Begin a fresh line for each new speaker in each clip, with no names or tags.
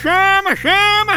chama, chama!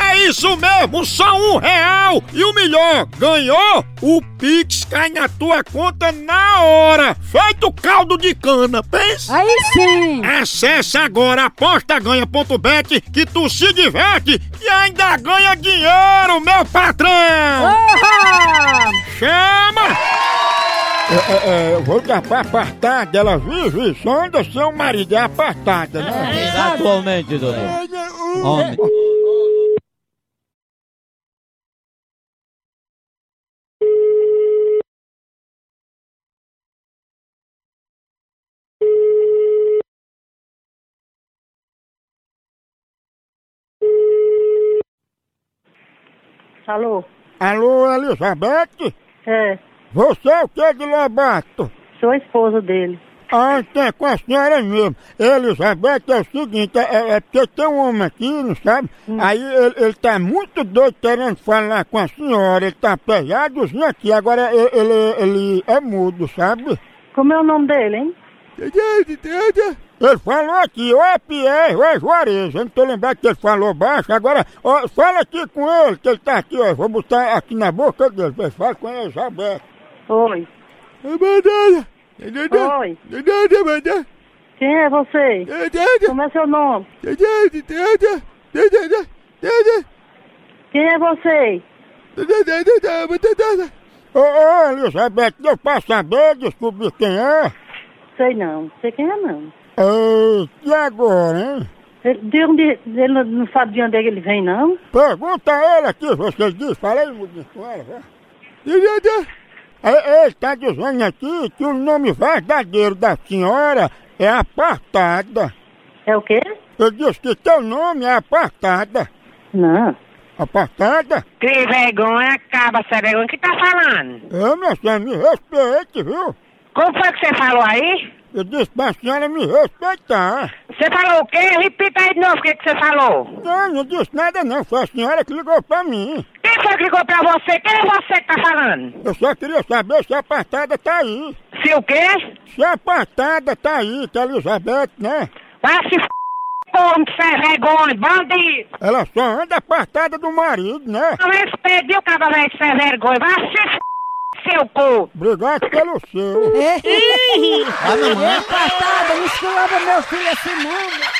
É isso mesmo, só um real! E o melhor, ganhou? O Pix cai na tua conta na hora! Feito caldo de cana, pensa!
Aí sim!
Acesse agora apostaganha.bet que tu se diverte e ainda ganha dinheiro, meu patrão!
Oba!
Chama! É, vou dar pra apartada, ela vive, só anda seu marido, é apartada, né? É.
Atualmente, doutor.
네.
Homem.
Alô?
Alô, Elizabeth?
É,
Você é o que de Lobato?
sou a esposa dele.
Ah, então é com a senhora mesmo. Elizabeth, é o seguinte, é, é porque tem um homem aqui, não sabe? Aí ele, ele tá muito doido querendo falar com a senhora, ele tá pesadozinho aqui, agora ele, ele, ele é mudo, sabe?
Como é o nome dele, hein?
Ele falou aqui, ou é Pierre, ou é Juarez, eu não tô lembrado que ele falou baixo, agora, ó, fala aqui com ele, que ele tá aqui, ó, vou botar aqui na boca dele, vai, fala com a Elizabeth.
Oi. Oi. Quem é você? Como é seu nome? Quem é você?
Ô, ô, Elizabeth, deu pra saber, descobrir quem é?
Sei não, sei quem é não.
Ei, e agora, hein?
Ele, de onde, ele não- não sabe de onde é que ele vem, não?
Pergunta a ele aqui, você diz, fala aí, Mudinho, com ela, vai. Ei, Ele tá dizendo aqui que o nome verdadeiro da senhora é Apartada.
É o quê?
Ele disse que teu nome é Apartada.
Não.
Apartada?
Cria vergonha, acaba essa vergonha. que tá falando?
Eu, minha senhora, me respeite, viu?
Como foi que você falou aí?
Eu disse pra senhora me respeitar.
Você falou o quê? Repita aí de novo o que, que você falou.
Não, não disse nada não, foi a senhora que ligou pra mim.
Quem foi que ligou pra você? Quem é você que tá falando?
Eu só queria saber se a Apartada tá aí.
Se o quê?
Se a Apartada tá aí, que é a Elizabeth, né?
Vai se f... Como que você é vergonha, bandido!
Ela só anda apartada do marido, né?
Não respeita, viu, cabra velho, que você é vergonha. Vai se f... seu cu!
Obrigado pelo seu.
Ei,
Ah, não é?
Empatada, não esculava meu filho assim, não.